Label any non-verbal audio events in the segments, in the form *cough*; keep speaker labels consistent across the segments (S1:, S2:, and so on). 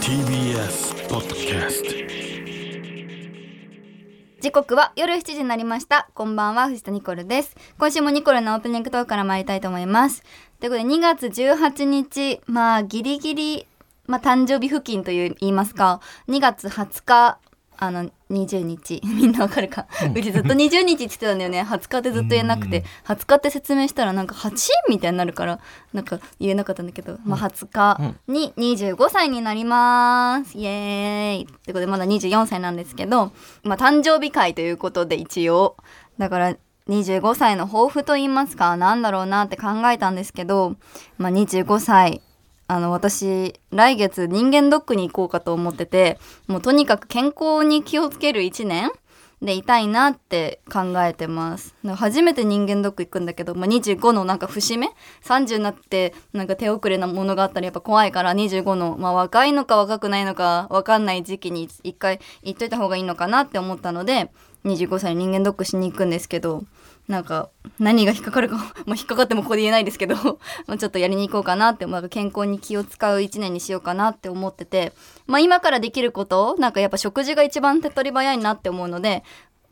S1: TBS ポッドキャスト
S2: 時刻は夜7時になりましたこんばんは藤田ニコルです今週もニコルのオープニングトークから参りたいと思いますということで2月18日まあギリギリまあ誕生日付近という言いますか2月20日あの20日 *laughs* みんなわかるか、うちずっと20日って言ってたんだよね20日ってずっと言えなくて20日って説明したらなんか8みたいになるからなんか言えなかったんだけど、まあ、20日に25歳になりますイエーイってことでまだ24歳なんですけど、まあ、誕生日会ということで一応だから25歳の抱負と言いますかなんだろうなって考えたんですけど、まあ、25歳あの私来月人間ドックに行こうかと思っててもうとにかく健康に気をつける1年でいたいなって考えてますなんか初めて人間ドック行くんだけど、まあ、25のなんか節目30になってなんか手遅れなものがあったらやっぱ怖いから25の、まあ、若いのか若くないのか分かんない時期に一回行っといた方がいいのかなって思ったので25歳に人間ドックしに行くんですけどなんか何が引っかか *laughs* るかまあ引っかかってもここで言えないですけど *laughs* まあちょっとやりに行こうかなってなんか健康に気を使う1年にしようかなって思ってて、まあ、今からできることなんかやっぱ食事が一番手っ取り早いなって思うので、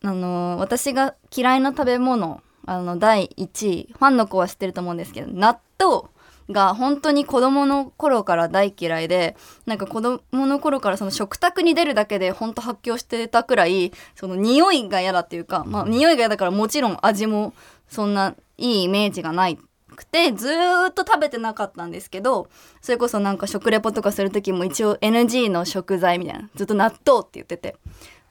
S2: あのー私が嫌いな食べ物あの第1位ファンの子は知ってると思うんですけど納豆が本当に子供の頃から大嫌いでなんか子供の頃からその食卓に出るだけで本当発狂してたくらいその匂いが嫌だっていうかまあ匂いが嫌だからもちろん味もそんないいイメージがないくてずーっと食べてなかったんですけどそれこそなんか食レポとかする時も一応 NG の食材みたいなずっと納豆って言ってて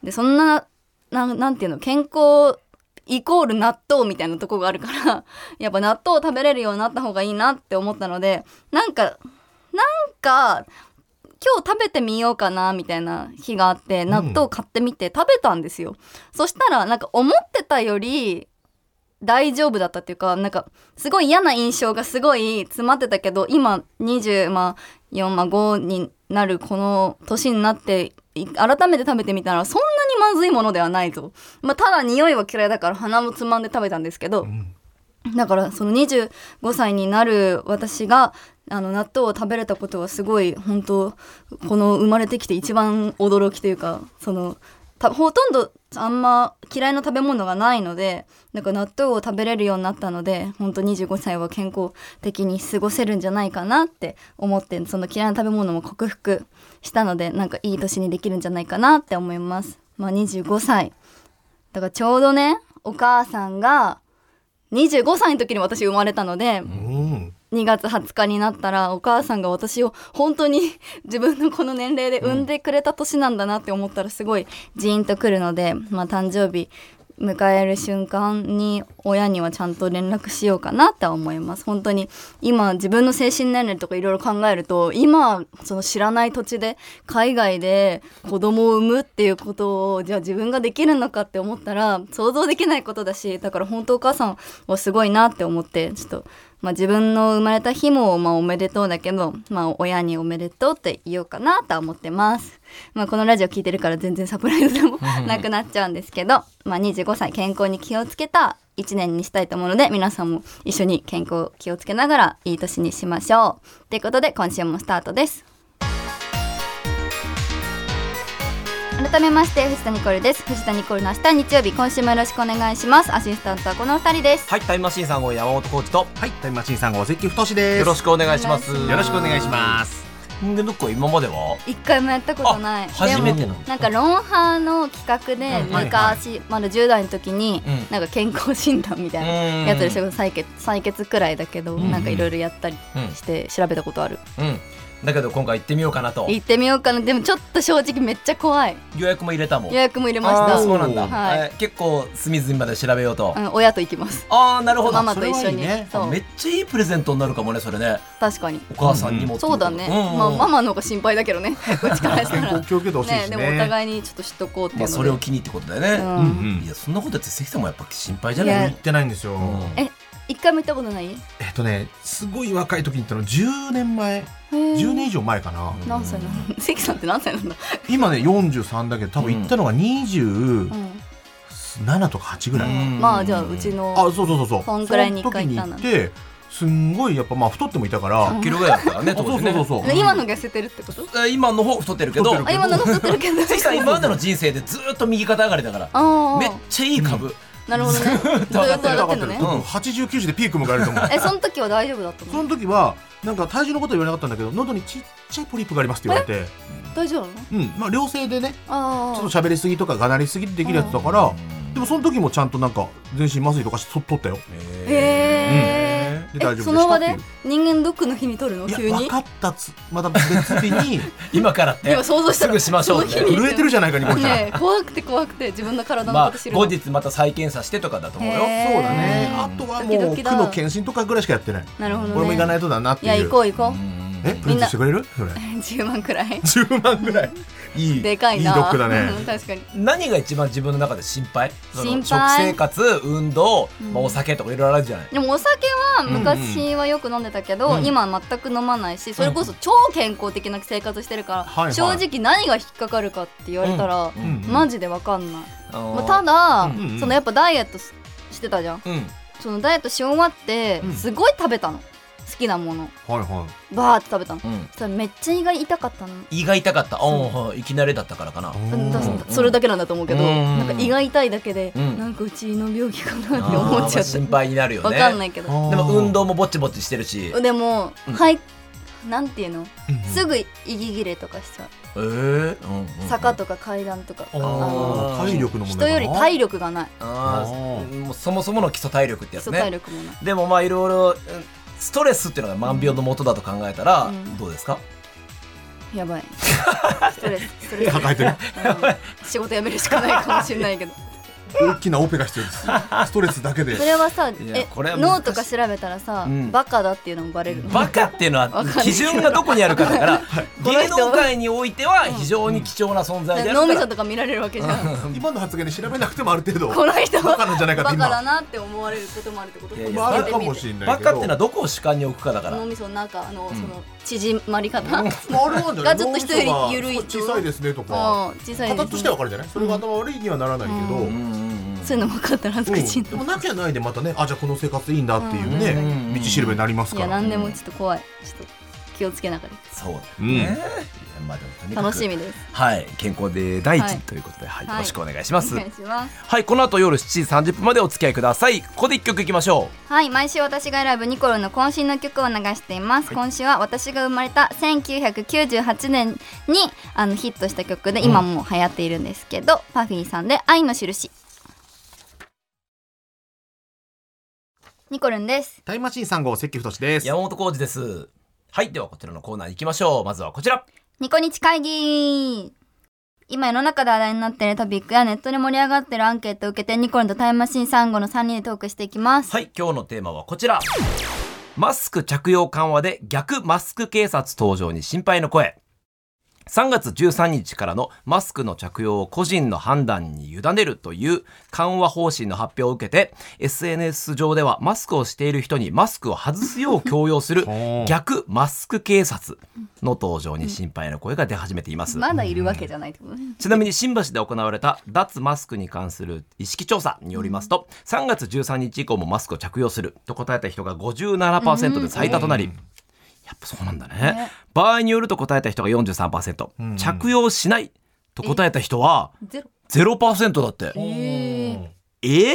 S2: でそんなななんていうの健康イコール納豆みたいなとこがあるから *laughs* やっぱ納豆を食べれるようになった方がいいなって思ったのでなんかなんか今日食べてみようかなみたいな日があって納豆を買ってみて食べたんですよ、そしたらなんか思ってたより大丈夫だったっていうかなんかすごい嫌な印象がすごい詰まってたけど今24まあ4まあ5になるこの年になってい改めて食べてみたらそんなにまずいものではないぞ、まあ、ただ匂いは嫌いだから鼻もつまんで食べたんですけど、だからその25歳になる私があの納豆を食べれたことはすごい本当この生まれてきて一番驚きというかそのたほとんどあんま嫌いな食べ物がないのでなんか納豆を食べれるようになったので本当25歳は健康的に過ごせるんじゃないかなって思ってその嫌いな食べ物も克服したのでなんかいい年にできるんじゃないかなって思います。まあ、25歳だからちょうどねお母さんが25歳の時に私生まれたので、
S1: うん
S2: 2月20日になったらお母さんが私を本当に *laughs* 自分のこの年齢で産んでくれた年なんだなって思ったらすごいジーンとくるので、まあ、誕生日迎える瞬間に親にはちゃんと連絡しようかなって思います本当に今自分の精神年齢とかいろいろ考えると今その知らない土地で海外で子供を産むっていうことをじゃあ自分ができるのかって思ったら想像できないことだしだから本当お母さんはすごいなって思ってちょっとまあ、自分の生まれた日も、まあ、おめでとうだけど、まあ、親におめでとうって言おうかなとは思ってます。まあ、このラジオ聞いてるから全然サプライズでもなくなっちゃうんですけど、まあ、25歳健康に気をつけた1年にしたいと思うので、皆さんも一緒に健康気をつけながらいい年にしましょう。ということで、今週もスタートです。改めまして、藤田ニコルです。藤田ニコルの明日日曜日、今週もよろしくお願いします。アシスタントはこのお二人です。
S3: はい、タイムマシーンさん号山本浩二と、
S4: はい、タイムマシーンさん号関太志です。
S3: よろしくお願いします。
S2: お
S4: よ
S2: 願
S4: ろしくお願いします。
S3: で、どっか今までは
S2: 一回もやったことない
S3: あ初めて
S2: で
S3: な
S2: も
S3: の
S2: なんかロンハーの企画で
S3: うんはい
S2: 昔まだ10代の時に
S3: うん
S2: なんか健康診断みたいな
S3: うん
S2: やつでしょ採血採血くらいだけど
S3: うん
S2: なんかいろいろやったり
S3: うん
S2: して調べたことある
S3: うん。だけど今回行ってみようかなと。
S2: 行ってみようかなでもちょっと正直めっちゃ怖い
S3: 予約も入れたもん。
S2: 予約も入れまし
S3: あ
S2: た
S3: ーそうなんだ。
S2: はい
S3: えー結構隅々まで調べようと
S2: う。ん親と行きます
S3: ああ、なるほど。
S2: ママと一
S4: それ
S2: 緒
S4: はいい
S2: に
S4: ね
S2: そう
S3: めっちゃいいプレゼントになるかもね、それね。
S2: 確かに
S3: お母さんにも。
S2: そうだね
S3: んん
S2: まあママの方が心配だけど
S3: *laughs*
S2: ねこっちからした
S4: 健
S2: ら
S4: 康気をつけてほしいで
S2: ね
S4: す
S2: で
S4: ね。
S2: もお互いにちょっと知っとこうってい
S3: まあ
S2: う
S3: それを
S2: ので
S3: 気にってことだ
S2: う
S3: よね。
S2: ん
S4: うん
S3: いや、そんなことやって関さんもやっぱ心配じゃ
S2: い
S3: な
S2: や
S4: 行
S3: い
S4: ってないんですよ。
S3: うん
S2: え一回も行ったことないへ
S4: えっとね、すごい若い時に行ったの10年前、
S2: ー
S4: 10年以上前かな。
S2: 何歳なの関さんって何歳なんだ
S4: 今ね43だけど、多分行ったのが27
S2: うん
S4: とか8ぐらい。
S3: うん
S2: まあじゃあうちの
S4: あ、そうそうそうそう。
S2: こんくらいに一回行った
S4: そ
S2: の
S4: の時に行って。すんごいやっぱまあ太ってもいたから、
S3: 100キロぐらいだったからね
S4: あそ
S3: 当
S4: うそう
S3: 時ね
S4: そうそう、
S2: 今のが痩せてるってこと
S3: えー今の方太ってるけど
S4: 太って
S2: あ今のが太ってる
S4: *laughs*
S2: け
S3: *laughs*
S2: ど
S3: 関さん今までの人生でずーっと右肩上がりだから
S2: ああ
S3: めっちゃいい株、
S2: なるほどねずっと上がってるのね
S4: 多分8090でピーク迎えると思う
S2: えその時は大丈夫だった
S4: *laughs* そ
S2: の
S4: の時はなんか体重のことは言われなかったんだけど喉にちっちゃいポリープがありますって言われて、
S2: 大丈夫なの
S4: うんまあ、良性でねち
S2: あ
S4: ょっ
S2: あ
S4: と喋りすぎとかがなりすぎてできるやつだから、でもその時もちゃんとなんか全身麻酔とかしと取ったようんで大丈夫
S2: へーえ
S4: でした
S2: その場で
S4: ってい
S2: 人間ドックの日に撮るの
S4: いや
S2: 急に
S4: 分かったつまた別日に
S3: 今からって
S2: 今想像した
S3: す
S2: ら
S3: ぐしましょ
S2: そ
S3: うね
S2: の日に
S4: 震えてるじゃないかニコルちゃん、
S2: *laughs* ねえ怖くて怖くて自分の体の
S3: ま
S2: こ
S3: あ
S2: と知るの
S3: 後日また再検査してとかだと思うよ、
S2: へー
S4: そうだね
S2: へー
S4: あとは
S2: ドキ
S4: もう
S2: ドキ
S4: 区
S2: だ
S4: の検診とかぐらいしかやってない
S2: なるほどね
S4: 俺も行かないとだなって
S2: い
S4: いう
S2: や行こう行こ
S3: うん
S4: えプレゼントしてくれるそれ *laughs*
S2: う *laughs* 10万くらい
S4: 10万ぐらいいい
S2: でかいない
S4: いドックだ
S2: *laughs*
S4: ね
S2: うん確かに
S3: 何が一番自分の中で心配そ
S2: 心
S3: の
S2: 配
S3: 食生活運動、
S2: うん
S3: まあ、お酒とかいろいろあるじゃない、
S2: でもお酒は昔はよく飲んでたけど、今は全く飲まないしそれこそ超健康的な生活してるから、
S4: はいはい
S2: 正直何が引っかかるかって言われたら、
S3: うん
S4: うん
S2: マジでわかんない、
S3: あの
S2: まあ、ただ、
S4: うんうん
S2: そのやっぱダイエットししてたじゃん
S3: うん
S2: そのダイエットし終わって
S4: うん
S2: すごい食べたの好きなもの
S4: はいはい
S2: バーって食べたの
S3: うん
S2: そしたらめっちゃ胃が痛かったの
S3: 胃が痛かったおーはいいきなりだったからかな
S2: だ
S3: ん
S2: それだけなんだと思うけど、
S3: うん
S2: なんか胃が痛いだけで、
S3: うん
S2: なんかうち胃の病気かなって
S3: あ
S2: 思っちゃ
S3: ーまあ
S2: って
S3: 心配になるよ
S2: わ
S3: ね
S2: かんないけど
S3: でも運動もぼちぼちしてるし
S2: でも、
S3: うん
S2: はいなんていうの、
S4: うんうん
S2: すぐ息切れとかしちゃう
S3: えーうんうんうん
S2: 坂とか階段とか、
S3: あー
S2: あの
S4: あー体力の問
S2: 人
S4: 題
S2: より体力がない
S3: あ
S4: あ
S3: ーもうそもそもの基礎体力って
S2: 基
S3: やつ
S2: 礎体
S3: ね
S2: 力もない
S3: でもまあいろいろうんストレスっていうのが万病の元だと考えたら、
S2: うん
S3: どうですか、
S2: や
S3: *laughs*
S2: ばいストレスストレス
S4: 抱えてる
S2: うん仕事辞めるしかないかもしれ
S3: *laughs*
S2: ないけど
S4: 大きなオペが必要ですストレスだけで
S2: それはさ
S3: いや
S2: え
S3: これは難しい
S2: 脳とか調べたらさ、
S3: うん
S2: バカだっていうのもバレるの
S3: バカっていうの
S2: わか
S3: は
S2: んない
S3: 基準がどこにあるかだ
S2: *laughs*
S3: から
S2: この
S3: 芸
S2: 人
S3: 能界においては非常に貴重な存在である
S2: 脳みそ
S3: から
S2: とか見られるわけじゃん
S4: 今の発言で調べなくてもある程度
S2: この人
S4: バカなんじゃないかっ
S2: バ
S4: て
S2: カ
S4: 今
S2: だなって思われることもあるってこと
S3: いやいや
S4: まああるかもしれない
S3: バ
S4: け
S3: カ
S4: ど
S3: っていうのはどこを主観に置くかだから
S2: 脳みその中のその縮まり方、うん、
S4: まああれなんじゃない
S2: がちょっと人より緩い
S4: 脳みそが小さいですねとか
S2: 小さい
S4: 形としては分かるじゃないそれが頭悪いにはならないけど、
S2: う
S3: うんうんうん
S2: そういうの分かったら恥ずかし
S4: う
S2: い
S4: んでもなきゃないでまたねあじゃあこの生活いいんだっていうね、
S3: うん
S4: 道しるべになります
S2: い
S4: か
S2: や
S4: ら
S2: 何でもちょっと怖いちょっと気をつけながら
S3: そう
S4: う
S3: だ
S4: ん
S3: ねいやまあでもとにかく
S2: 楽しみです
S3: はい健康で第
S2: はい
S3: 一ということではい
S2: はい
S3: よろしくお願いしま
S2: お
S3: す
S2: 願いします
S3: はいこの後夜7時30分までお付き合いくださいここで一曲いきましょ
S2: はい毎週私が選ぶニコルの渾身の曲を流しています、今週は私が生まれた1998年にあのヒットした曲で今も流行っているんですけど、パフィーさんで「愛の印」ニコルンです
S4: タイムマシーン3号関太で
S3: う山本浩二ですはいではこちらのコーナー行きましょうまずはこちら
S2: ニコニチ会議今世の中で話題になっているトピックやネットで盛り上がっているアンケートを受けてニコルンとタイムマシーン3号の3人でトークしていきます、
S3: はい今日のテーマはこちらマスク着用緩和で逆マスク警察登場に心配の声3月13日からのマスクの着用を個人の判断に委ねるという緩和方針の発表を受けて SNS 上ではマスクをしている人にマスクを外すよう強要する逆マスク警察の登場に心配の声が出始めています。
S2: まだいるわけじゃないってことね
S3: ちなみに新橋で行われた脱マスクに関する意識調査によりますと、3月13日以降もマスクを着用すると答えた人が57%で最多となり、やっぱそうなんだね
S2: ね
S3: 場合によると答えた人が43%、着用しないと答えた人は
S2: ゼロ
S3: 0%だって。
S4: い
S3: えー、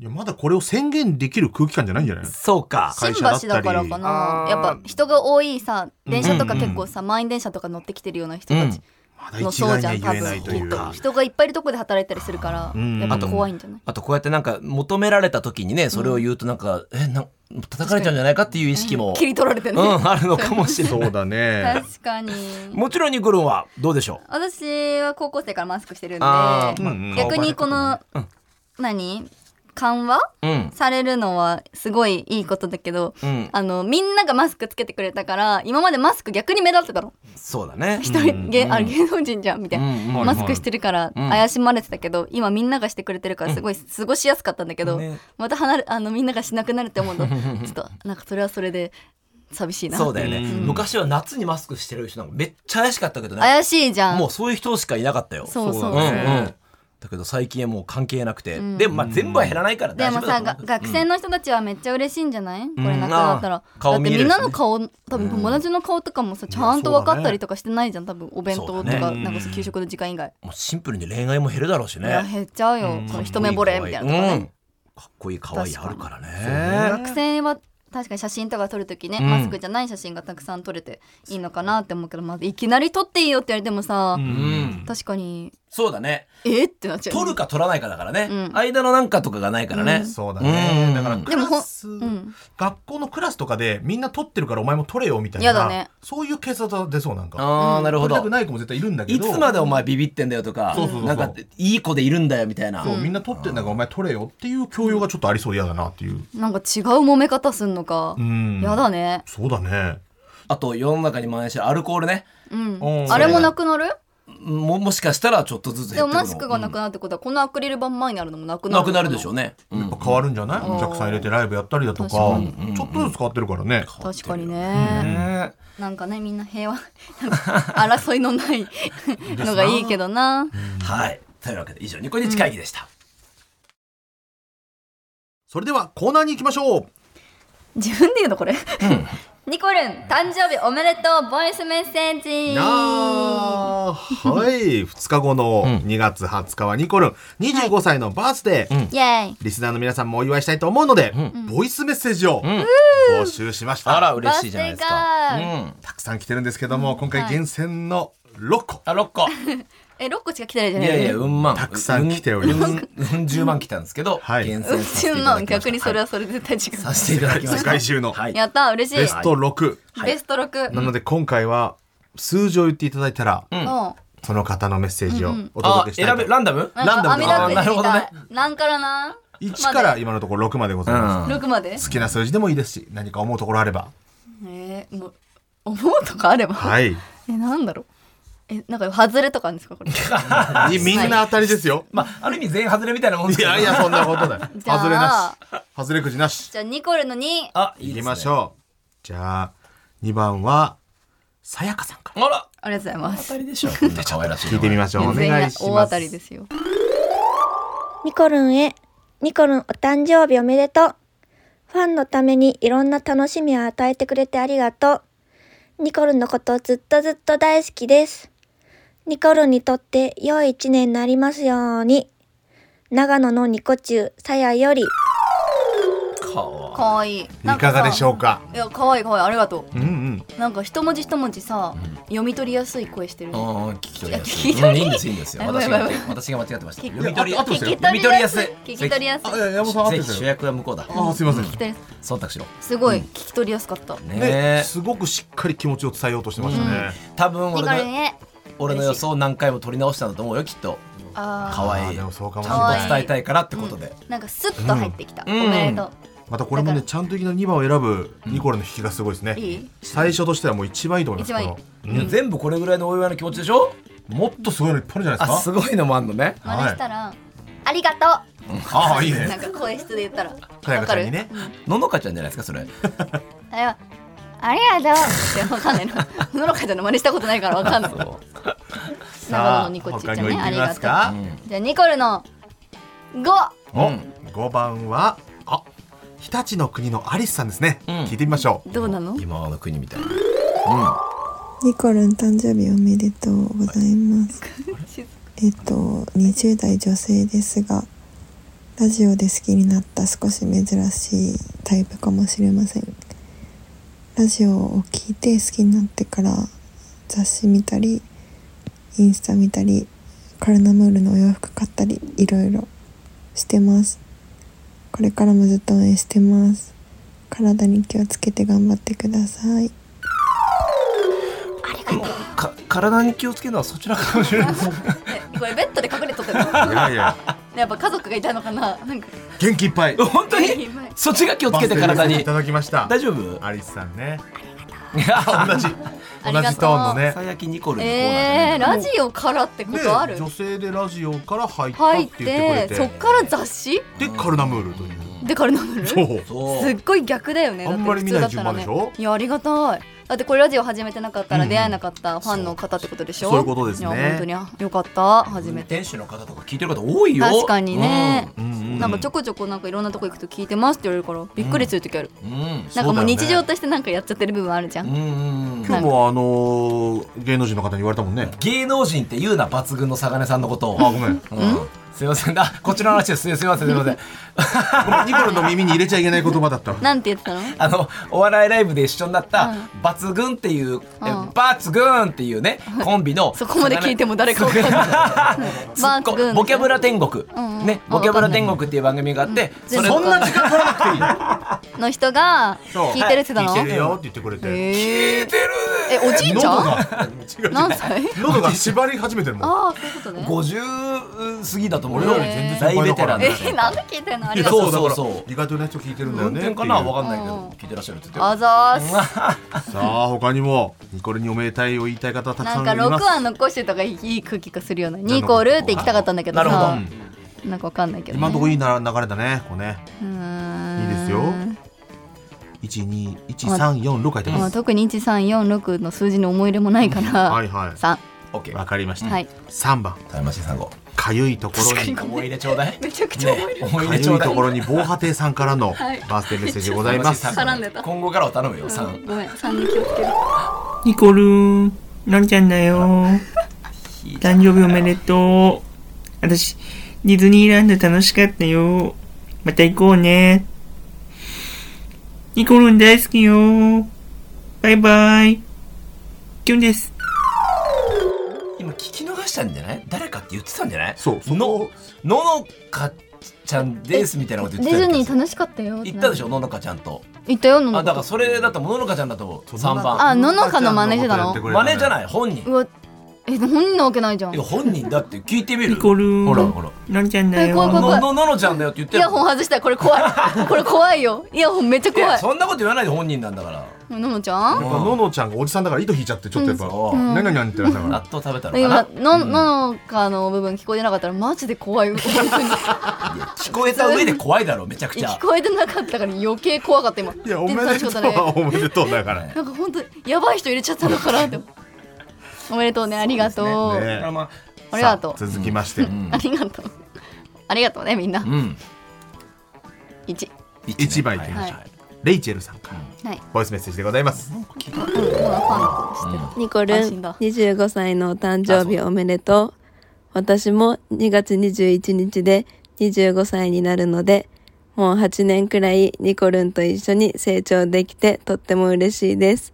S4: やまだこれを宣言できる空気感じゃないんじゃない
S3: そうか。
S4: 会
S2: 新
S4: 社だったり
S2: 橋だからかな
S3: あー
S2: やっぱ人が多いさ電車とか結構さ、満員電車とか乗ってきてるような人たち
S4: まだ
S2: の
S4: 一
S2: そう
S4: 概
S2: じ
S4: に
S2: ゃ
S4: は言え
S2: ん多
S4: ない
S2: 分
S4: と
S2: き
S4: い
S2: っ
S4: う
S2: と
S4: か
S2: 人がいっぱいいるとこで働いたりするから
S4: ん
S2: やっぱ怖いんじゃない
S3: あとこうやってなんか求められた時にね、それを言うとなんか、え、なん叩かれちゃうんじゃないかっていう意識も、
S2: 切り取られて
S3: う
S2: ね、
S3: ん、あるのかもしれない。
S4: そうだね
S2: 確かに
S3: もちろんニコルンはどうでしょう
S2: 私は高校生からマスクしてるんで
S3: あー
S4: うんうん
S2: 逆にこの、何緩和
S3: うん。
S2: されるのはすごいいいことだけど、
S3: うん。
S2: あのみんながマスクつけてくれたから今までマスク逆に目立ってたの
S3: そうだね。
S2: 一人、芸あ芸能人じゃんみたいな、
S3: うんうん
S2: マスクしてるから
S3: うん
S2: 怪しまれてたけど、今みんながしてくれてるからすごい過ごしやすかったんだけど、
S3: ね
S2: また離れあのみんながしなくなるって
S3: *laughs*
S2: 思うとちょっとなんかそれはそれで寂しいな
S3: そうだよね。
S4: うん
S3: 昔は夏にマスクしてる人なんかめっちゃ怪しかったけどね。
S2: 怪しいじゃん
S3: もうそういう人しかいなかったよ。
S2: そうそ
S4: そ
S2: うそうう
S3: うんう
S4: だね
S3: ん。だけど最近はもう関係なくて、
S2: うん
S3: でもまあ全部は減らないから
S2: で
S3: 大
S2: も
S3: 丈夫だ
S2: さ、
S3: と
S2: が
S3: 思う
S2: 学生の人たちはめっちゃ嬉しいんじゃない、これなくなった
S3: あ
S2: ら
S3: ー顔
S2: だって
S3: 見れ
S2: み
S3: る
S2: ん
S3: しね
S2: なの顔多分友達の顔とかもさちゃんと分かったりとかしてないじゃん多分お弁当と
S3: そうだ
S2: か、
S4: ね
S2: なんかそう給食の時間以外、
S3: もうシンプルに恋愛も減るだろうし
S2: いや
S3: ね
S2: 減っちゃうよ、
S4: うん
S2: その一目惚れみたいなとかね、
S3: かっこいい可愛いあるから
S4: 確
S3: ね
S2: 学生は確かに写真とか撮るときね、
S3: うん
S2: マスクじゃない写真がたくさん撮れていいのかなって思うけど、まあ、いきなり撮っていいよって言われてもさ、
S4: う
S3: うんん
S2: 確かに
S3: そうだね
S2: えってなっちゃう
S3: 取るか取らないかだからね、
S2: うん
S3: 間のなんかとかがないからね、
S4: そうだね、
S3: うん
S4: だからクラス、
S2: うん
S4: 学校のクラスとかでみんな取ってるからお前も取れよみたい
S2: や
S4: な
S2: だね
S4: そういう警察は出そうなんか
S3: ああなるほ
S4: 取りた
S3: ど
S4: くない子も絶対いるんだけ
S3: い
S4: ど
S3: つまでお前ビビってんだよとか
S4: そうそうそうそう
S3: なんかいい子でいるんだよみたいな、
S4: そうみんな取ってんだからお前取れよっていう教養がちょっとありそうで嫌だなっていう、
S2: なんか違う揉め方すんのか、
S4: うん、
S2: やだね
S4: そうだね
S3: あと世の中に蔓延してるアルコールね
S2: うん
S4: おー
S2: あれもなくなる
S3: ももしかしたらちょっとずつ
S2: で
S3: 減っ
S2: も
S3: て
S2: マ
S3: くる
S2: スクがなくなるってことは、このアクリル板前にあるのもなく
S3: うん
S2: なる
S3: なくなるでしょう
S2: ね
S3: ね、うん
S4: やっぱ変わるんじゃない、
S2: うん
S4: お客さん入れてライブやったりだとか
S2: 確か
S3: に
S4: ちょっとずつ変わってるからね、
S2: 確かに
S3: ね
S2: ね、
S3: え
S2: なんかねみんな平和なんか争いのないのがいいけどな
S3: はいというわけで以上ニコニチ会議でした、
S4: それではコーナーに行きましょう
S2: 自分で言うのこれ、ニコルン誕生日おめでとうボイスメッセージ
S4: なあは
S3: *laughs*
S4: い2日後の2月20日はニコルン25歳のバースデー、
S2: イエーイ
S4: リスナーの皆さんもお祝いしたいと思うので、
S3: う
S4: ボイスメッセージを募集しました、
S3: あら嬉しいじゃないですか
S2: バスで
S3: うん
S4: たくさん来てるんですけども今
S2: は
S4: 回
S2: い
S4: 厳選の6個、
S3: あ6個
S2: *laughs* え六個しか来てないじゃ
S3: い
S2: ない
S3: やいや
S2: う
S3: うんまん
S4: たくさん来ております
S3: うんうん十万来たんですけど、
S4: はい
S3: 厳選させてい
S2: ち
S3: た
S2: の
S3: だきました
S2: 逆にそれはそれ絶対違う、
S3: させていただきました
S4: 世界中の
S3: はい
S2: やったー嬉しい
S4: ベスト6、
S3: はい
S2: ベスト六
S4: なので今回は数字を言っていただいたら、
S3: ん
S2: も
S4: その方のメッセージをお
S3: あ
S4: 届けしたいと、
S3: 選べランダム
S2: うなんか
S4: ランダム
S2: 網
S4: で
S2: だくじみた
S3: あーないる
S2: なんからな
S4: 1から今のところ6までございます、
S2: 六まで
S4: 好きな数字でもいいですし何か思うところあれば
S2: えー、もう思うとかあれば、
S4: はい
S2: えなんだろうえなんか外れとかあるんですか
S3: *laughs*
S2: これじ
S4: にみんな当たりですよ、
S3: まあある意味全員外れみたいなもんです
S4: い
S3: けど
S4: やいやそんなことない
S2: *laughs* じゃあ
S4: 外れなし外れくじなし
S2: ゃあニコルの2
S3: あい
S4: い
S3: いですね
S4: きましょうじゃあ2番はさやかさんから
S3: あら
S2: ありがとうございます
S3: 二人でしょこんな可愛らしい
S4: 聞いてみましょうお
S2: 全
S4: 願
S2: 員
S4: いし
S2: 大
S4: ま
S2: 当たり
S4: す
S2: ですよ
S5: ニコルンへ、ニコルンお誕生日おめでとう。ファンのためにいろんな楽しみを与えてくれてありがとう。ニコルンのことずっとずっと大好きです。ニコルンにとって良い一年になりますように。長野のニコ中、さやより。
S3: か
S2: 可愛いい
S4: いかがでしょうか
S2: いや可愛い可愛いありがと
S4: うんうん
S2: うなんか一文字一文字さ、読み取りやすい声してるね
S3: ああ聞き取りやす
S2: いや聞
S3: い
S2: き取り
S3: うんいいんですいいんですよ
S2: やばい
S3: 私
S2: や
S3: が
S2: ばい
S3: 間違って私が間違ってました読み取り
S4: 合ってますよ
S2: 聞き
S3: 読
S2: 取
S3: み
S2: り
S3: 取り
S2: や
S3: や
S2: す
S3: す
S2: い
S3: い
S2: 聞き取りやすい
S4: あいや山本さん合って
S3: ぜ
S4: る
S3: ひ主役は向こうだ
S4: あーすいません
S2: 聞き取りや
S3: 忖度しろ
S2: すすごい聞き取りやすかった、
S3: ね
S4: ね
S3: え
S4: すごくしっかり気持ちを伝えようとしてましたね
S3: 多分
S2: ニ
S3: 俺
S2: コル
S3: の
S2: へ
S3: 俺の予想を何回も取り直したんだと思うよきっと
S2: あ
S3: 可
S4: あ
S3: 愛
S4: ー
S3: い
S4: でもそうかもし
S3: ち
S4: れな
S3: ゃ
S4: い
S3: んと伝えたいからってことで
S2: ーなんかスッと入ってきた、
S3: うん
S2: おめでとう、
S4: またこれも
S2: だ
S4: ね
S2: か
S4: ちゃんと的な2番を選ぶニコルの引きがすごいですね、
S2: いい
S4: 最初としてはもう一番いいと思います
S2: 一番いい
S4: こ
S3: いや全部これぐらいのお祝いの気持ちでしょ
S4: のもっとすごいのいっぱいあるじゃないで
S3: あ
S4: す
S3: す
S4: か
S3: ごいのもあんのね
S4: はい
S2: 真似したら、ありがと
S4: ああーいいう
S2: なん
S4: ね
S2: か声質で言ったら
S4: *laughs* さや
S2: わ
S4: かち
S2: か
S4: ゃ
S2: る
S4: んにね
S3: ののかちゃんじゃないですかそれ
S2: あれはありがとうってわか
S4: *laughs*
S2: んないなののかちゃんの真似したことないからわかんない長野
S4: さ
S2: の
S4: あ
S2: ニコちっち
S4: 他
S2: ゃん
S4: にも
S2: ね
S4: 行
S2: あ
S4: き
S2: り
S4: ま
S2: が
S4: す
S2: とう
S4: か、
S2: じゃあニコルの5
S3: うん
S4: お、
S3: うん
S4: 5番はあ日立の国のアリスさんですね、
S3: うん
S4: 聞いてみましょう
S2: どうなの
S3: 今の国みたいな
S6: ニコルン誕生日おめでとうございます。えっと、20代女性ですが、ラジオで好きになった少し珍しいタイプかもしれません。ラジオを聞いて好きになってから雑誌見たり、インスタ見たり、カルナムールのお洋服買ったり、いろいろしてます。これからもずっと応援してます。体に気をつけて頑張ってください。
S3: うんもうか体に気をつけるのはそちらかもしれない
S2: えこれベッドで隠れとってる
S4: *laughs*
S2: の
S4: いやいや
S2: やっぱ家族がいたのかななんか
S4: 元気いっ
S3: *laughs*
S4: ぱい
S3: *laughs* 本当にそっちが気をつけて体
S4: バースデーメッセージい
S3: に
S4: ただきました
S3: 大丈夫
S4: アリスさんね
S3: いや
S4: 同
S3: *laughs*
S4: じ
S2: ありがと
S4: 同
S2: う
S4: じトーンのね
S3: さやきニコルのコーナーじ
S2: えー、
S3: ゃない
S2: ラジオからってこ
S4: で
S2: とある
S4: 女性でラジオから入った
S2: 入
S4: っ
S2: って
S4: 言っててくれ
S2: そ
S4: て
S2: っから雑誌
S4: でカルナムールという
S2: でカルナムール
S4: そう
S3: そ
S2: す
S3: う
S2: っごい逆だよねだって
S4: あんまり見ない順番でしょ
S2: 普通だったらねいやありがたいだってこれラジオ始めてなかったら出会えなかったファンの方ってことでしょ
S4: そういうことですね
S2: いや本当によかった初めて
S3: 店主の方とか聞いてる方多いよ
S2: 確かにね、
S4: うんうん
S2: なんかちょこちょこなんかいろんなとこ行くと聞いてますって言われるからびっくりする時ある、
S3: うんうん
S2: なんかもう日
S4: そうだよ
S2: 常
S4: ね
S2: としてなんかやっちゃってる部分あるじゃん、
S3: うんうん
S4: 今日もあのー芸能人の方に言われたもんね。
S3: 芸能人って言うな抜群のさがねさんのことを
S4: あごめん。
S3: うんすいませんあこちらの話ですねすいませんすいませ
S2: *laughs*
S3: ん
S4: ごめんニコルの耳に入れちゃいけない言葉だった。
S2: なんて言ってたの
S3: あのお笑いライブで一緒になった抜群っていうえ抜群っていうねコンビの
S2: そこまで聞いても誰かわかんないバ *laughs* ーツ軍
S3: ボキャブラ天国
S2: んうん
S3: ねボキャブラ天国っていう番組があって
S2: 全
S3: そ
S2: 部
S3: れ
S4: そんな時間取らなくていいよ。
S2: の人が聞いてるって言ってたの
S4: 聞いてるよって言ってくれ
S2: え
S4: て。
S2: ーえおじいち
S4: 喉
S2: ゃ
S4: が
S2: ん何歳
S4: 喉が縛り始めてるもん。
S2: ああそういうことね
S3: 50過ぎだと思う
S4: 俺
S3: よ
S4: らより全然
S3: 大
S4: 先輩
S3: ベ
S4: だ
S3: テ
S4: か
S3: ラ
S4: ら
S3: ン
S4: ね
S3: だ
S2: えーなんで聞いてんのありが
S3: やそ
S2: と
S3: う
S2: う
S3: そうそう
S4: 苦手な人聞いてるんだよ
S3: 運
S4: ね。
S3: 転かな
S4: っていう
S3: わかんないけ
S2: うん
S3: ど聞いてらっしゃるって言ってたよ
S2: あざーす
S4: さあ他にもニコルにおめでたいを言いたい方たく
S2: な
S4: さん
S2: ん
S4: い
S2: か
S4: ます。
S2: 6話残してとかいい空気がするようなニコルって行きたかったんだけど
S3: なるほ
S2: さ
S3: ど
S2: なんかわかんないけど、ね、
S4: 今のとこ
S2: い
S4: いいな流れだね。こうね。いい
S2: い
S4: ですよ一二一三四六書いて
S2: ま
S4: ま
S2: あ、
S4: す。
S2: 特に1346の数字に思い入れもないから、
S4: はいはい。
S2: 3
S3: OK
S4: わかりました。
S2: はい
S4: 三番
S3: タイムマシーン3号
S4: かゆいところに。
S3: 思い入れちょうだい
S2: めちゃくちゃ思い入れ
S3: ね思い入
S4: か
S3: れ
S4: ゆ
S3: ちょう
S4: い
S3: だ
S4: と
S3: い
S4: ころに防波堤さんからの
S2: *laughs* はい
S4: バースデーメッセージございます。 *laughs*
S2: 絡んでた
S3: 今後からは頼むよ3
S2: ごめん3に気をつける
S7: ニコルー、なるちゃんだ
S3: *laughs*
S7: よ。誕生日おめでとう。私、ディズニーランド楽しかったよ。また行こうね。ニコルン大好きよ。バイバイ。キュンです。
S3: 今聞き逃したんじゃない誰かって言ってたんじゃない
S4: そうそこ
S3: のののかちゃんですみたいなこと
S2: デ
S3: 言って
S2: ィ
S3: た
S2: ズ
S3: よ
S2: ニー楽しかったよ
S3: 行ったでしょののかちゃんと
S2: 行ったよの
S3: あだからそれだとののかちゃんだと3番
S2: あののかの真似してたの
S3: 真似じゃ
S4: い。
S3: ない本人
S2: うわえ本人なわけないじゃん
S3: いや本人だって聞いてみる
S7: ニコルー
S3: ほらほら
S7: なるちゃんだ
S2: え怖い
S7: よ。
S2: 怖い
S3: ののののちゃんだよって言って
S2: イ
S3: る
S2: ヤホン外したこれ怖いこれ怖いよイヤホンめっちゃ
S3: い
S2: 怖
S3: や
S2: い
S3: そんなこと言わないで本人なんだから
S2: ののちゃん
S4: やっぱののちゃんがおじさんだから糸引いちゃってちょっとやっぱ
S3: うん
S4: 何々ってなったか
S3: 納
S4: ら。
S3: 豆食べたのか
S2: 今の
S3: な
S2: ののかの部分聞こえてなかったらマジで怖い本当に
S3: 聞こえた上で怖いだろめちゃくちゃ
S2: 聞こえてなかったから余計怖かった今
S4: いやおめ
S2: 出
S4: で
S2: て
S4: と
S2: た
S4: う
S2: 仕方ね
S4: はおめでとうだ
S2: *laughs*
S4: から。
S2: なんか本当やばい人入れちゃったのかなって思う。おめでとうね、ありがとう。
S4: ね
S3: あま
S2: ありがとう
S4: さあ続きまして
S3: ん
S2: ありがとう。ありがとうね、みんな
S3: あう。ん
S2: 一。
S4: 一番いき
S2: は
S4: ま
S2: い
S4: しょう。レイチェルさんから
S2: はい。
S4: ボイスメッセージでございます。
S8: ニコル
S2: 安心
S8: ン、
S2: だ
S8: 25歳のお誕生日おめでとう。私も2月21日で25歳になるので、もう8年くらいニコルンと一緒に成長できてとっても嬉しいです。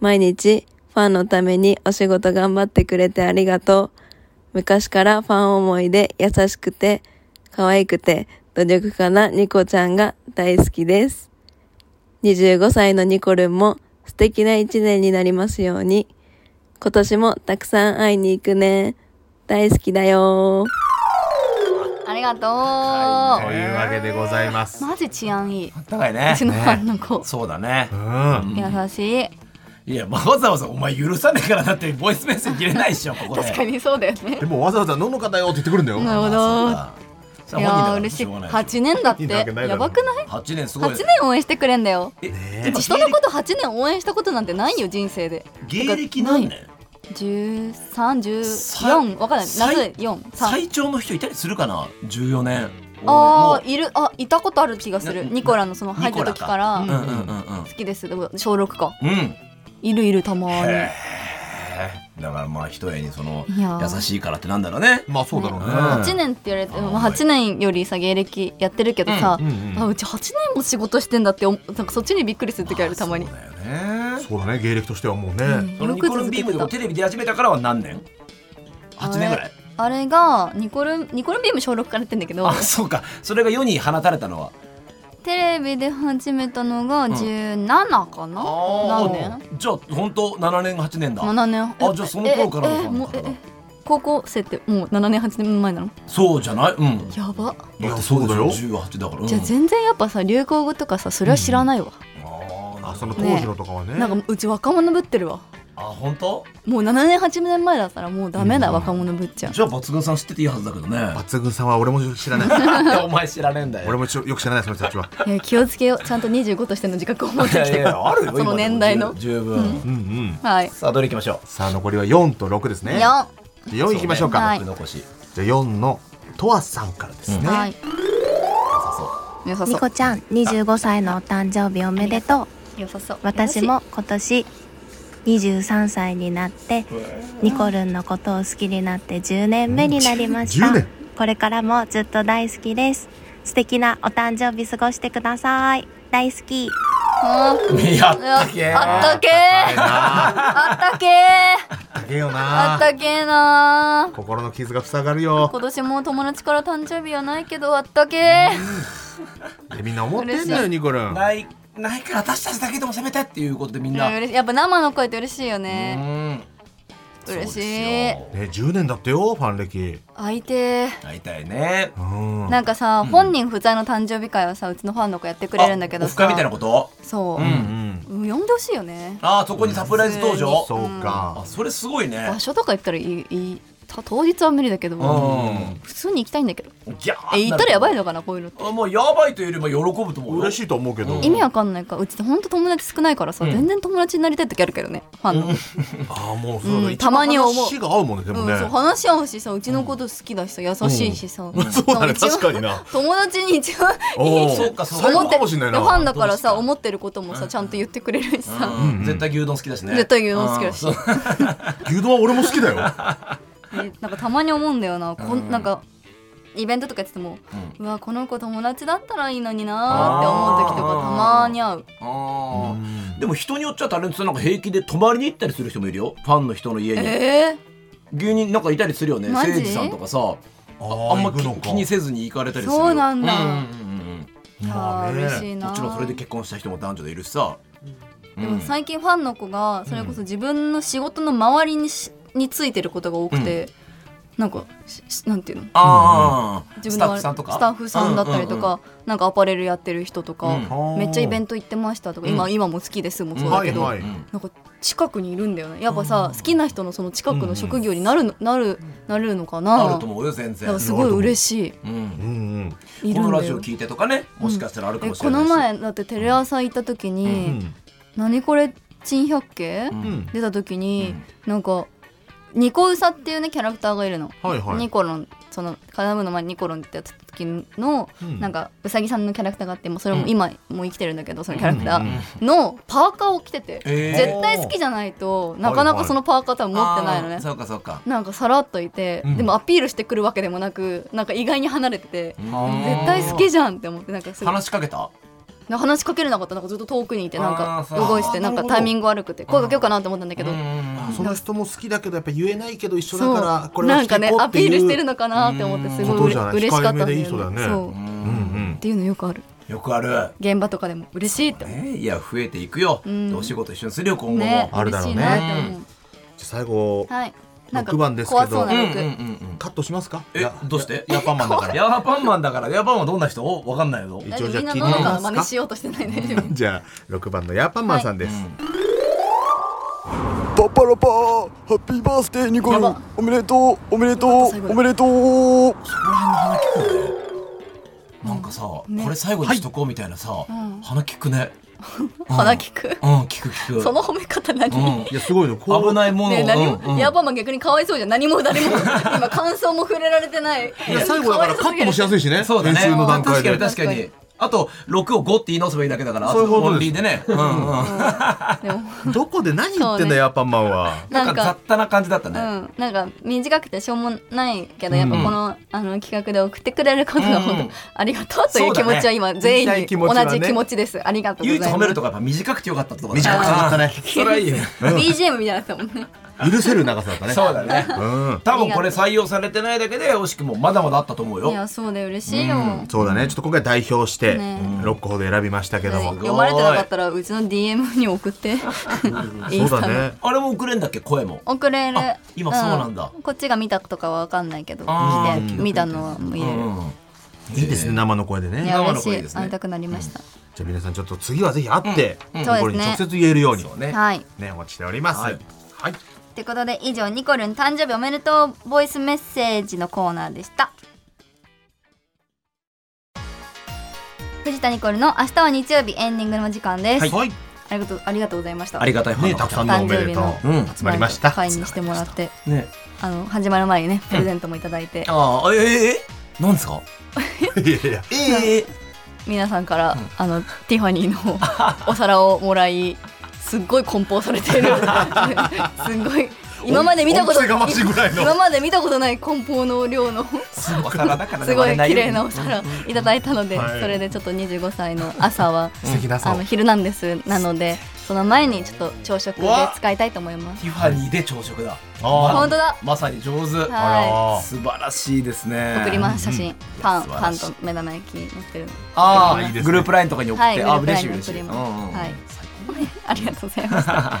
S8: 毎日ファンのためにお仕事頑張ってくれてありがとう。昔からファン思いで優しくて可愛くて努力家なニコちゃんが大好きです。25歳のニコルンも素敵な一年になりますように。今年もたくさん会いに行くね。大好きだよ
S2: ありがとう。
S4: というわけでございます。
S2: マジ治安いい。
S3: 高いうね
S2: ちのファンの子。
S3: そうだね
S4: うん。
S2: 優しい。
S3: いやわざわざお前許さねえからだってボイスメッセージ入れないでしょここで
S2: 確かにそうだよね
S4: で。もわざわざののかだよって言ってくるんだよ。
S2: なるほ
S3: そう
S2: ど。
S3: だそ
S2: い
S3: れ
S2: や
S3: は本人だか
S2: ー
S3: ら
S2: 嬉しい。
S3: ょうがないでし
S2: 8年だって。
S4: いいわけないだろ
S2: やばくない
S3: ょ8年すごい
S2: ?8 年応援してくれんだよ。
S3: え
S2: うち人のこと8年応援したことなんてないよ、人生で。
S3: 芸歴何年
S2: 13、14、わかんない。なぜ4、3。
S3: 最長の人いたりするかな14年
S2: あ
S3: も
S2: ーいるあいたことある気がする
S3: な
S2: ニコラのその
S3: う
S2: 入った時から
S3: うんうんうん
S2: 好きですでも小6か
S3: うんうん
S2: いるいるたまー
S3: だからまあ一重にその
S2: いやー
S3: 優しいからってなんだろうね
S4: まあそうだろうね。
S2: に8年って言われても、まあ、
S3: はい
S2: 8年よりさ芸歴やってるけどさ、
S4: う
S2: うん
S4: うん
S2: あうち8年も仕事してんだっておなんかそっちにびっくりする時あるたまに
S3: そうだよね
S4: そうだね芸歴としてはもうね。
S3: その
S2: よ
S3: ニ
S2: く
S3: コル
S2: 続
S3: ンビ
S2: け
S3: ーム
S2: て
S3: で
S2: た
S3: テレビ出始めたからは何年 ?8 年ぐらい
S2: あれがニコルニコルビーム小6からやってんだけど
S3: あそうかそれが世に放たれたのは
S2: テレビで始めたのが17かな、何年
S3: じゃあ本当7年8年だ
S2: ?7 年
S3: あじゃあその頃からの
S2: ええ
S3: ファンだから
S2: ええもうええ高校生ってもう7年8年前なの
S3: そうじゃないうん
S2: やば
S4: いやそうだよ。
S3: 18だから、
S2: じゃあ全然やっぱさ流行語とかさそれは知らないわ、
S3: あーな
S4: あ
S3: る
S4: そ
S3: ほど
S4: の当時のとかはね。
S2: なんかうち若者ぶってるわ
S3: あ本当
S2: もう7年8年前だったらもうダメだ、若者ぶっちゃん
S3: じゃあ抜群さん知ってていいはずだけどね
S4: 抜群さんは俺も知らない。
S3: *laughs* お前知らねえんだよ
S4: 俺もちょよく知らないその人たちは。
S2: いや気をつけようちゃんと25としての自覚を持って
S3: *laughs*
S2: きて *laughs*
S3: あるよ
S2: その年代の
S3: 十分
S4: うんうん。
S2: はい
S3: さあどれ行きましょ
S4: さあ残りは4と6ですね。
S2: 4
S4: 4いきましょう
S2: は
S4: か。
S2: い
S3: うん残し
S4: じゃあ4のとわさんからですね。
S2: はい
S3: 良さそう
S2: 良さ
S9: ニ
S2: そう
S9: コちゃん25歳のお誕生日おめでとう
S10: 良さそう
S9: 私も今年23歳になってニコルンのことを好きになって10年目になりまし
S4: 10
S9: た
S4: 年
S9: これからもずっと大好きです素敵なお誕生日過ごしてください大好き
S2: あ
S3: やっ
S2: ーあ
S3: たけ
S2: あったけーあったけー
S4: あげよ
S2: あ
S4: な。
S2: ったけーなー
S4: 心の傷が塞がるよ。
S2: 今年もう友達から誕生日はないけどあったけー
S4: えみんな思ってんだよニコルン。
S3: ないないから私たちだけでも攻めてっていうことでみんな
S2: うん嬉しいやっぱ生の声って嬉しいよ
S3: う
S2: ね
S3: ん
S2: 嬉しい
S3: そうですよ
S4: ね10年だってよファン歴。
S2: 相手
S3: 大体ね
S4: うん。
S2: なんかさ、本人不在の誕生日会はさうちのファンの子やってくれるんだけど
S3: あオフ会
S2: さ
S3: みたいなこと
S2: そう
S4: うんう
S3: う、
S4: んん。
S2: うん呼んでほしいよね
S3: あーそこにサプライズ登場
S4: そう
S3: あ
S4: か。
S3: それすごいね
S2: 場所とか行ったらいいいいた当日は無理だけど
S3: うん
S2: 普通に行きたいんだけど
S3: ギャー
S2: え行ったらやばい
S3: の
S2: のかなこういうのって
S3: もうやばいというよりも喜ぶと思うよ
S4: 嬉しいと思うけど。
S2: 意味わかんないかうちってほんと友達少ないからさ、
S3: うん
S2: 全然友達になりたい時あるけどねファンの、うん
S4: ああもうそう
S2: う
S4: だ。
S2: ん
S4: 一番
S2: たまに思う
S4: 話が合うもんねでもね。
S2: そう話し合うしさうちのこと好きだしさ優しいしさ、
S4: そうだね
S2: 一番
S4: 確かに
S2: *laughs*
S4: な。
S2: 友達に一番いい
S4: おー
S3: そうかそうか
S4: 最
S2: 思
S4: 高
S2: って
S4: か
S2: る
S4: もしれないな。
S2: ファンだから
S3: どうですか
S2: さ思ってることもさちゃんと言ってくれるしさ、
S3: うん絶対牛丼好きだしね
S2: 絶対牛丼好きだし
S3: うんそう
S4: 牛丼は俺も好きだよ。
S2: ねなんかたまに思うんだよな、こんなんかイベントとかやってても、うわこの子友達だったらいいのになーって思う時とかたまに会う
S3: あーでも人によっちゃタレントさんなんか平気で泊まりに行ったりする人もいるよファンの人の家に
S2: え
S3: 芸人なんかいたりするよね
S2: マジ
S3: 誠司さんとかさあ
S4: あ
S3: ん
S4: 行
S3: ま
S4: くの
S3: き
S4: か
S3: 気にせずに行かれた
S2: ー、
S3: りするよ
S2: そうなんだ、
S3: うんうんうんうん
S2: いやー嬉しいな
S3: もちろんそれで結婚した人も男女でいるしさ、う
S2: でも最近ファンの子がそれこそ自分の仕事の周りにしについてることが多くて、なんかししなんていうの
S3: ああ、
S2: 自分
S3: スタ
S2: の
S3: ッフさんとか
S2: スタッフさんだったりとか、
S3: うんうん
S2: なんかアパレルやってる人とか、
S4: うん
S2: めっちゃイベント行ってましたとか、
S3: うん
S2: 今今も好きですもそうだ
S4: は
S2: け
S4: い
S2: ど、
S4: はい。
S2: なんか近くにいるんだよねやっぱさ好きな人のその近くの職業になるのなるなるのか
S3: うんあ
S2: な
S3: ると思うよ全
S2: だか
S3: 然
S2: ら、すごい嬉し
S3: うん
S4: う、ん
S2: いい
S3: こ
S2: る
S3: の
S2: ん
S3: ラ
S2: だ
S3: ジオ
S2: よ
S3: 聞いてとかねもしかしたらあるか
S2: え
S3: もし
S2: こ
S3: れない
S2: の
S3: し、
S2: 前だってテレ朝行った時
S4: う
S2: に
S4: ん。
S2: 「何これ珍百景?
S3: うん」
S4: うん。
S2: 出た時になんかニコウサっていうねキャラクターがいるの。
S4: はいはい。
S2: ニコロンその絡むの前にニコロンってやってた時の、
S4: うん
S2: なんかうさぎさんのキャラクターがあってもうそれも今もう生きてるんだけどそのキャラクターのパーカーを着てて、
S3: えー
S2: 絶対好きじゃないとなかなかそのパーカー多分持ってないのね、
S3: あーそうかそうか
S2: なんかさらっといて、
S3: うん
S2: でもアピールしてくるわけでもなくなんか意外に離れてて
S3: 絶
S2: 絶対好きじゃんって思ってなんかすごい
S3: 話しかけた
S2: なんか話しかけれなかったなんかずっと遠くにいてなん
S3: あ
S2: か
S3: ーそう
S2: 動いててなんかタイミング悪くて声かけようかなと思ったんだけど、
S3: うん
S4: その人も好きだけどやっぱ言えないけど一緒だ
S2: そう
S4: からこれは
S2: なん
S4: 聞
S2: か
S4: いて
S2: ね
S4: いこう
S2: ア
S4: ってい
S2: ピ
S4: う
S2: ールしてるのかなって思ってすご
S4: こと
S2: いう
S4: じゃない
S2: 嬉しかったんだよ
S4: 控えめでいい人だよね
S2: そう
S3: う
S4: うんん
S2: っていうのよくある
S3: よくある
S2: 現場とかでも嬉しいって思う
S3: ねいや増えていくよ、
S2: うん
S3: でお仕事一緒にするよ今後も、
S2: ね
S4: あるだろうね
S2: 嬉しいなって思う
S4: うん。最後
S2: はい
S4: 六番ですけど
S2: 怖そう
S3: うんう
S2: なん
S3: う
S2: 6、
S3: ん
S4: カットしますか？
S3: え
S4: いや
S3: どうして
S4: ヤパンマンだから。
S3: ヤーパンマンだからヤーパンマンどんな人わかんないぞ
S2: 大
S4: 一
S2: 丈
S4: 応
S2: 夫
S4: じゃ
S2: みん
S4: あ聞い
S2: なの
S4: てみ
S2: どか
S4: ま
S2: の
S4: す
S2: 真似
S4: か
S2: し。ようとしてない大丈夫
S4: じゃあ六番のヤーパンマンさんです。
S11: パパラパーハッピーバースデーニコル
S2: やば
S11: おめでとうおめでと
S2: 最後
S11: う
S2: だ
S11: *laughs* おめでとう
S3: なんかさ、これ最後にしとこうみたいなさ、鼻聞くね。
S2: 鼻聞く
S3: うん、聞く聞く。
S2: その褒め方何、
S3: うん、
S4: いやすごいの。こう
S3: 危ないものを。
S2: ねえ何も、
S3: うんうん
S2: ヤーパンマン逆にかわいそうじゃん何も誰も今感想も触れられてない
S4: いや最後だからカットもしやすいしね。
S3: そうだね。
S4: 編集の段階で。
S3: 確かに確かに。あと六を五って言い直せばいいだけだから、
S4: そういうことです
S3: オンリーでね。うんうん。
S2: でも
S4: どこで何言ってん
S2: そう
S4: だ
S2: ね
S4: ヤーパンマンは。
S2: な
S3: な
S2: んん
S3: か
S2: か
S3: 雑多な感じだった
S2: う
S3: ね。
S2: ん、なんか短くてしょうもないけどやっぱこの,、あの企画で送ってくれること
S3: う
S2: が
S3: ん
S2: 本当、ありがとうという気持ちは今全員
S4: 言いたい
S2: に
S4: 気持
S2: 同
S4: ちはね
S2: じ気持ちです、ありがとうござ
S3: 唯
S2: い
S3: 一
S2: ます
S3: 褒めるとかやっぱ短くてよかったってとこだね。
S4: 短くてよかったね。
S3: それはいいね。
S2: *laughs* BGM みたいなやつだもんね
S4: *laughs* 許せる長さだったね。
S3: そうだね。
S4: うん。
S3: 多分これ採用されてないだけで惜しくもまだまだあったと思う
S2: い
S3: よ。
S2: やそうで嬉しいよ、
S4: そうだね。ちょっと今回代表して
S2: ね
S4: 六個ほど選びましたけども。
S2: 読まれてなかったらうちの DM に送ってイ
S4: そう
S2: ンスタ
S4: だ
S2: の、
S4: ね。
S3: あれも送れんだっけ声も。
S2: 送れる
S3: あ今そうなんだ
S2: こっちが見たとかは分かんないけど
S3: あー
S2: 見て見たのはもう入れる、
S3: うん
S4: いいですね生の声で
S2: い
S4: ね。
S2: や
S3: 生
S2: 嬉
S3: の
S2: し
S3: 声
S2: い
S3: いいですね
S2: 会いたくなりました、
S4: じゃあ皆さんちょっと次はぜひ会って、
S2: ん
S4: ニコルに
S2: そうですね
S4: 直接言えるように
S3: そうね。
S2: はい
S4: ねお待ちしております。
S3: は
S4: はいい。はい
S2: ってことで以上ニコルン誕生日おめでとうボイスメッセージのコーナーでした藤田ニコルの明日は日曜日エンディングの時間です、
S4: はい
S2: ありがとうありがとうございました
S3: ありがたいファン
S4: ね
S3: の
S4: たくさ
S3: 方
S4: んのおめでと
S2: 誕生日
S4: う
S2: の
S4: うん集まりました
S2: 会にしてもらって
S3: ね
S2: あの始まる前にねプレゼントもいただいて、
S3: ああええええなんですか
S4: いやいや
S3: ええ
S2: 皆さんから、あのティファニーのお皿をもらいすっごい梱包されているすごい今まで見たこと
S4: 音声がましいぐらいの
S2: 今まで見たことない梱包の量の
S3: すごい皿だからね
S2: すごい
S3: 割れなように
S2: 綺麗なお皿をいただいたので、
S4: はい
S2: それでちょっと25歳の朝は
S4: 素敵な
S2: あ
S4: さ
S2: の昼なんですなのでその前にちょっと朝食で使いたいと思います
S3: ティファニーで朝食だ
S4: あー
S2: 本当だ
S3: まさに上手
S2: は
S4: あ
S3: 素晴らしいですね
S2: い送ります写真パン
S3: 素晴
S2: パ
S3: ら
S2: ン
S3: しい
S2: と目玉焼き持ってるの
S3: あ
S4: あ
S3: あ
S4: いいですね
S3: グループラインとかに送っ
S2: はい
S3: てああ
S2: グループ
S3: 嬉
S2: ラ
S3: し
S2: イ
S3: い
S2: ンに
S3: 嬉し
S2: 送ります
S3: いうんうん
S2: はい *laughs* ありがとうござい
S3: *laughs*
S2: ました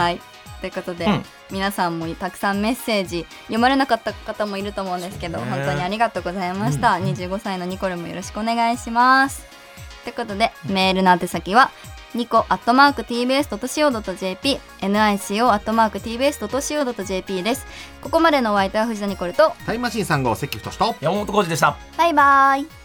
S2: はいということで、
S3: うん
S2: 皆さんもたくさんメッセージ読まれなかった方もいると思うんですけど
S3: そうね
S2: 本当にありがとうございました、25歳のニコルもよろしくお願いしますということで、メールの宛先はニコアットマーク tbs.co.jp nico アットマーク tbs.co.jp ですここまでのお相手は藤田ニコルと
S4: タイムマシーン3号関太と
S3: 山本浩二でした
S2: バイバイ